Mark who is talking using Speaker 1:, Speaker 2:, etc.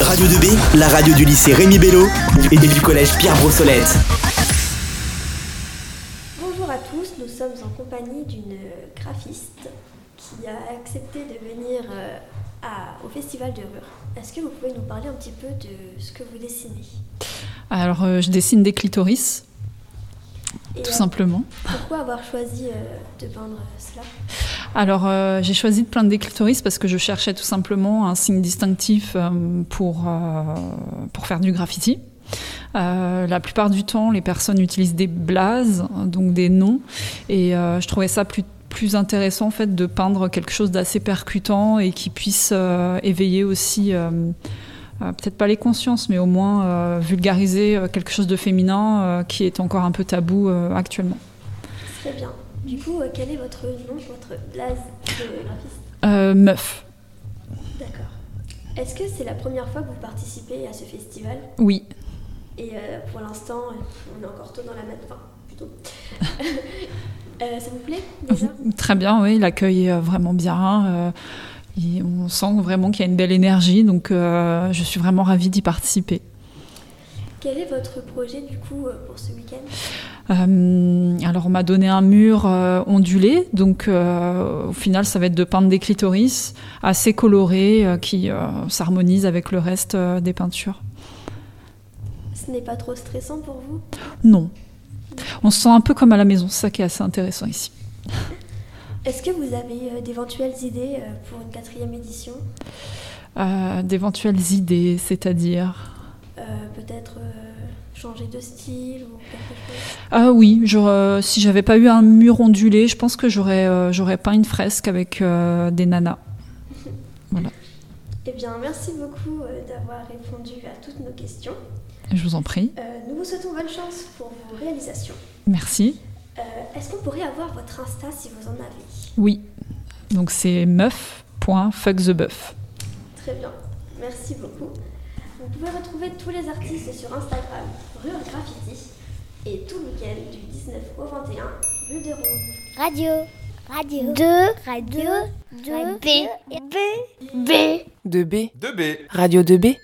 Speaker 1: Radio 2B, la radio du lycée Rémi Bello et du collège Pierre Brossolette.
Speaker 2: Bonjour à tous, nous sommes en compagnie d'une graphiste qui a accepté de venir euh, à- au Festival de Rure. Est-ce que vous pouvez nous parler un petit peu de ce que vous dessinez
Speaker 3: Alors, euh, je dessine des clitoris,
Speaker 2: Et
Speaker 3: tout
Speaker 2: euh,
Speaker 3: simplement.
Speaker 2: pourquoi avoir choisi euh, de peindre cela
Speaker 3: Alors, euh, j'ai choisi de peindre des clitoris parce que je cherchais tout simplement un signe distinctif euh, pour, euh, pour faire du graffiti. Euh, la plupart du temps, les personnes utilisent des blazes, donc des noms, et euh, je trouvais ça plus plus intéressant en fait de peindre quelque chose d'assez percutant et qui puisse euh, éveiller aussi euh, euh, peut-être pas les consciences mais au moins euh, vulgariser euh, quelque chose de féminin euh, qui est encore un peu tabou euh, actuellement.
Speaker 2: Très bien. Du coup, euh, quel est votre nom, votre blaze de graphiste
Speaker 3: Euh, meuf,
Speaker 2: D'accord. Est-ce que c'est la première fois que vous participez à ce festival
Speaker 3: oui.
Speaker 2: Et euh, pour l'instant, euh, on est encore tôt dans la matinée. Enfin, plutôt. Euh, ça vous plaît déjà
Speaker 3: Très bien, oui, l'accueil est vraiment bien. euh, et on sent vraiment qu'il y a une belle énergie, donc euh, je suis vraiment ravie d'y participer.
Speaker 2: Quel est votre projet du coup euh, pour ce week-end
Speaker 3: Euh, alors on m'a donné un mur euh, ondulé, donc euh, au final ça va être de peindre des clitoris assez colorés euh, qui euh, s'harmonisent avec le reste euh, des peintures.
Speaker 2: Ce n'est pas trop stressant pour vous
Speaker 3: Non. On se sent un peu comme à la maison, c'est ça qui est assez intéressant ici.
Speaker 2: Est-ce que vous avez euh, d'éventuelles idées euh, pour une quatrième édition
Speaker 3: Euh, D'éventuelles idées, c'est-à-dire...
Speaker 2: Euh, Peut-être euh, changer de style ou quelque chose
Speaker 3: Ah oui, genre, euh, si j'avais pas eu un mur ondulé, je pense que j'aurais euh, j'aurais peint une fresque avec euh, des nanas.
Speaker 2: Eh bien, merci beaucoup euh, d'avoir répondu à toutes nos questions.
Speaker 3: Je vous en prie.
Speaker 2: Euh, nous vous souhaitons bonne chance pour vos réalisations.
Speaker 3: Merci.
Speaker 2: Euh, Est-ce qu'on pourrait avoir votre Insta si vous en avez
Speaker 3: Oui. Donc c'est meuf.fuckthebuff.
Speaker 2: Très bien, merci beaucoup. Vous pouvez retrouver tous les artistes sur Instagram, Rure Graffiti, et tout le week-end du 19 au 21, rue de Ronde.
Speaker 4: Radio. Radio. 2. Radio. 2. B. B. B.
Speaker 5: de B,
Speaker 6: 2B.
Speaker 5: Radio 2B.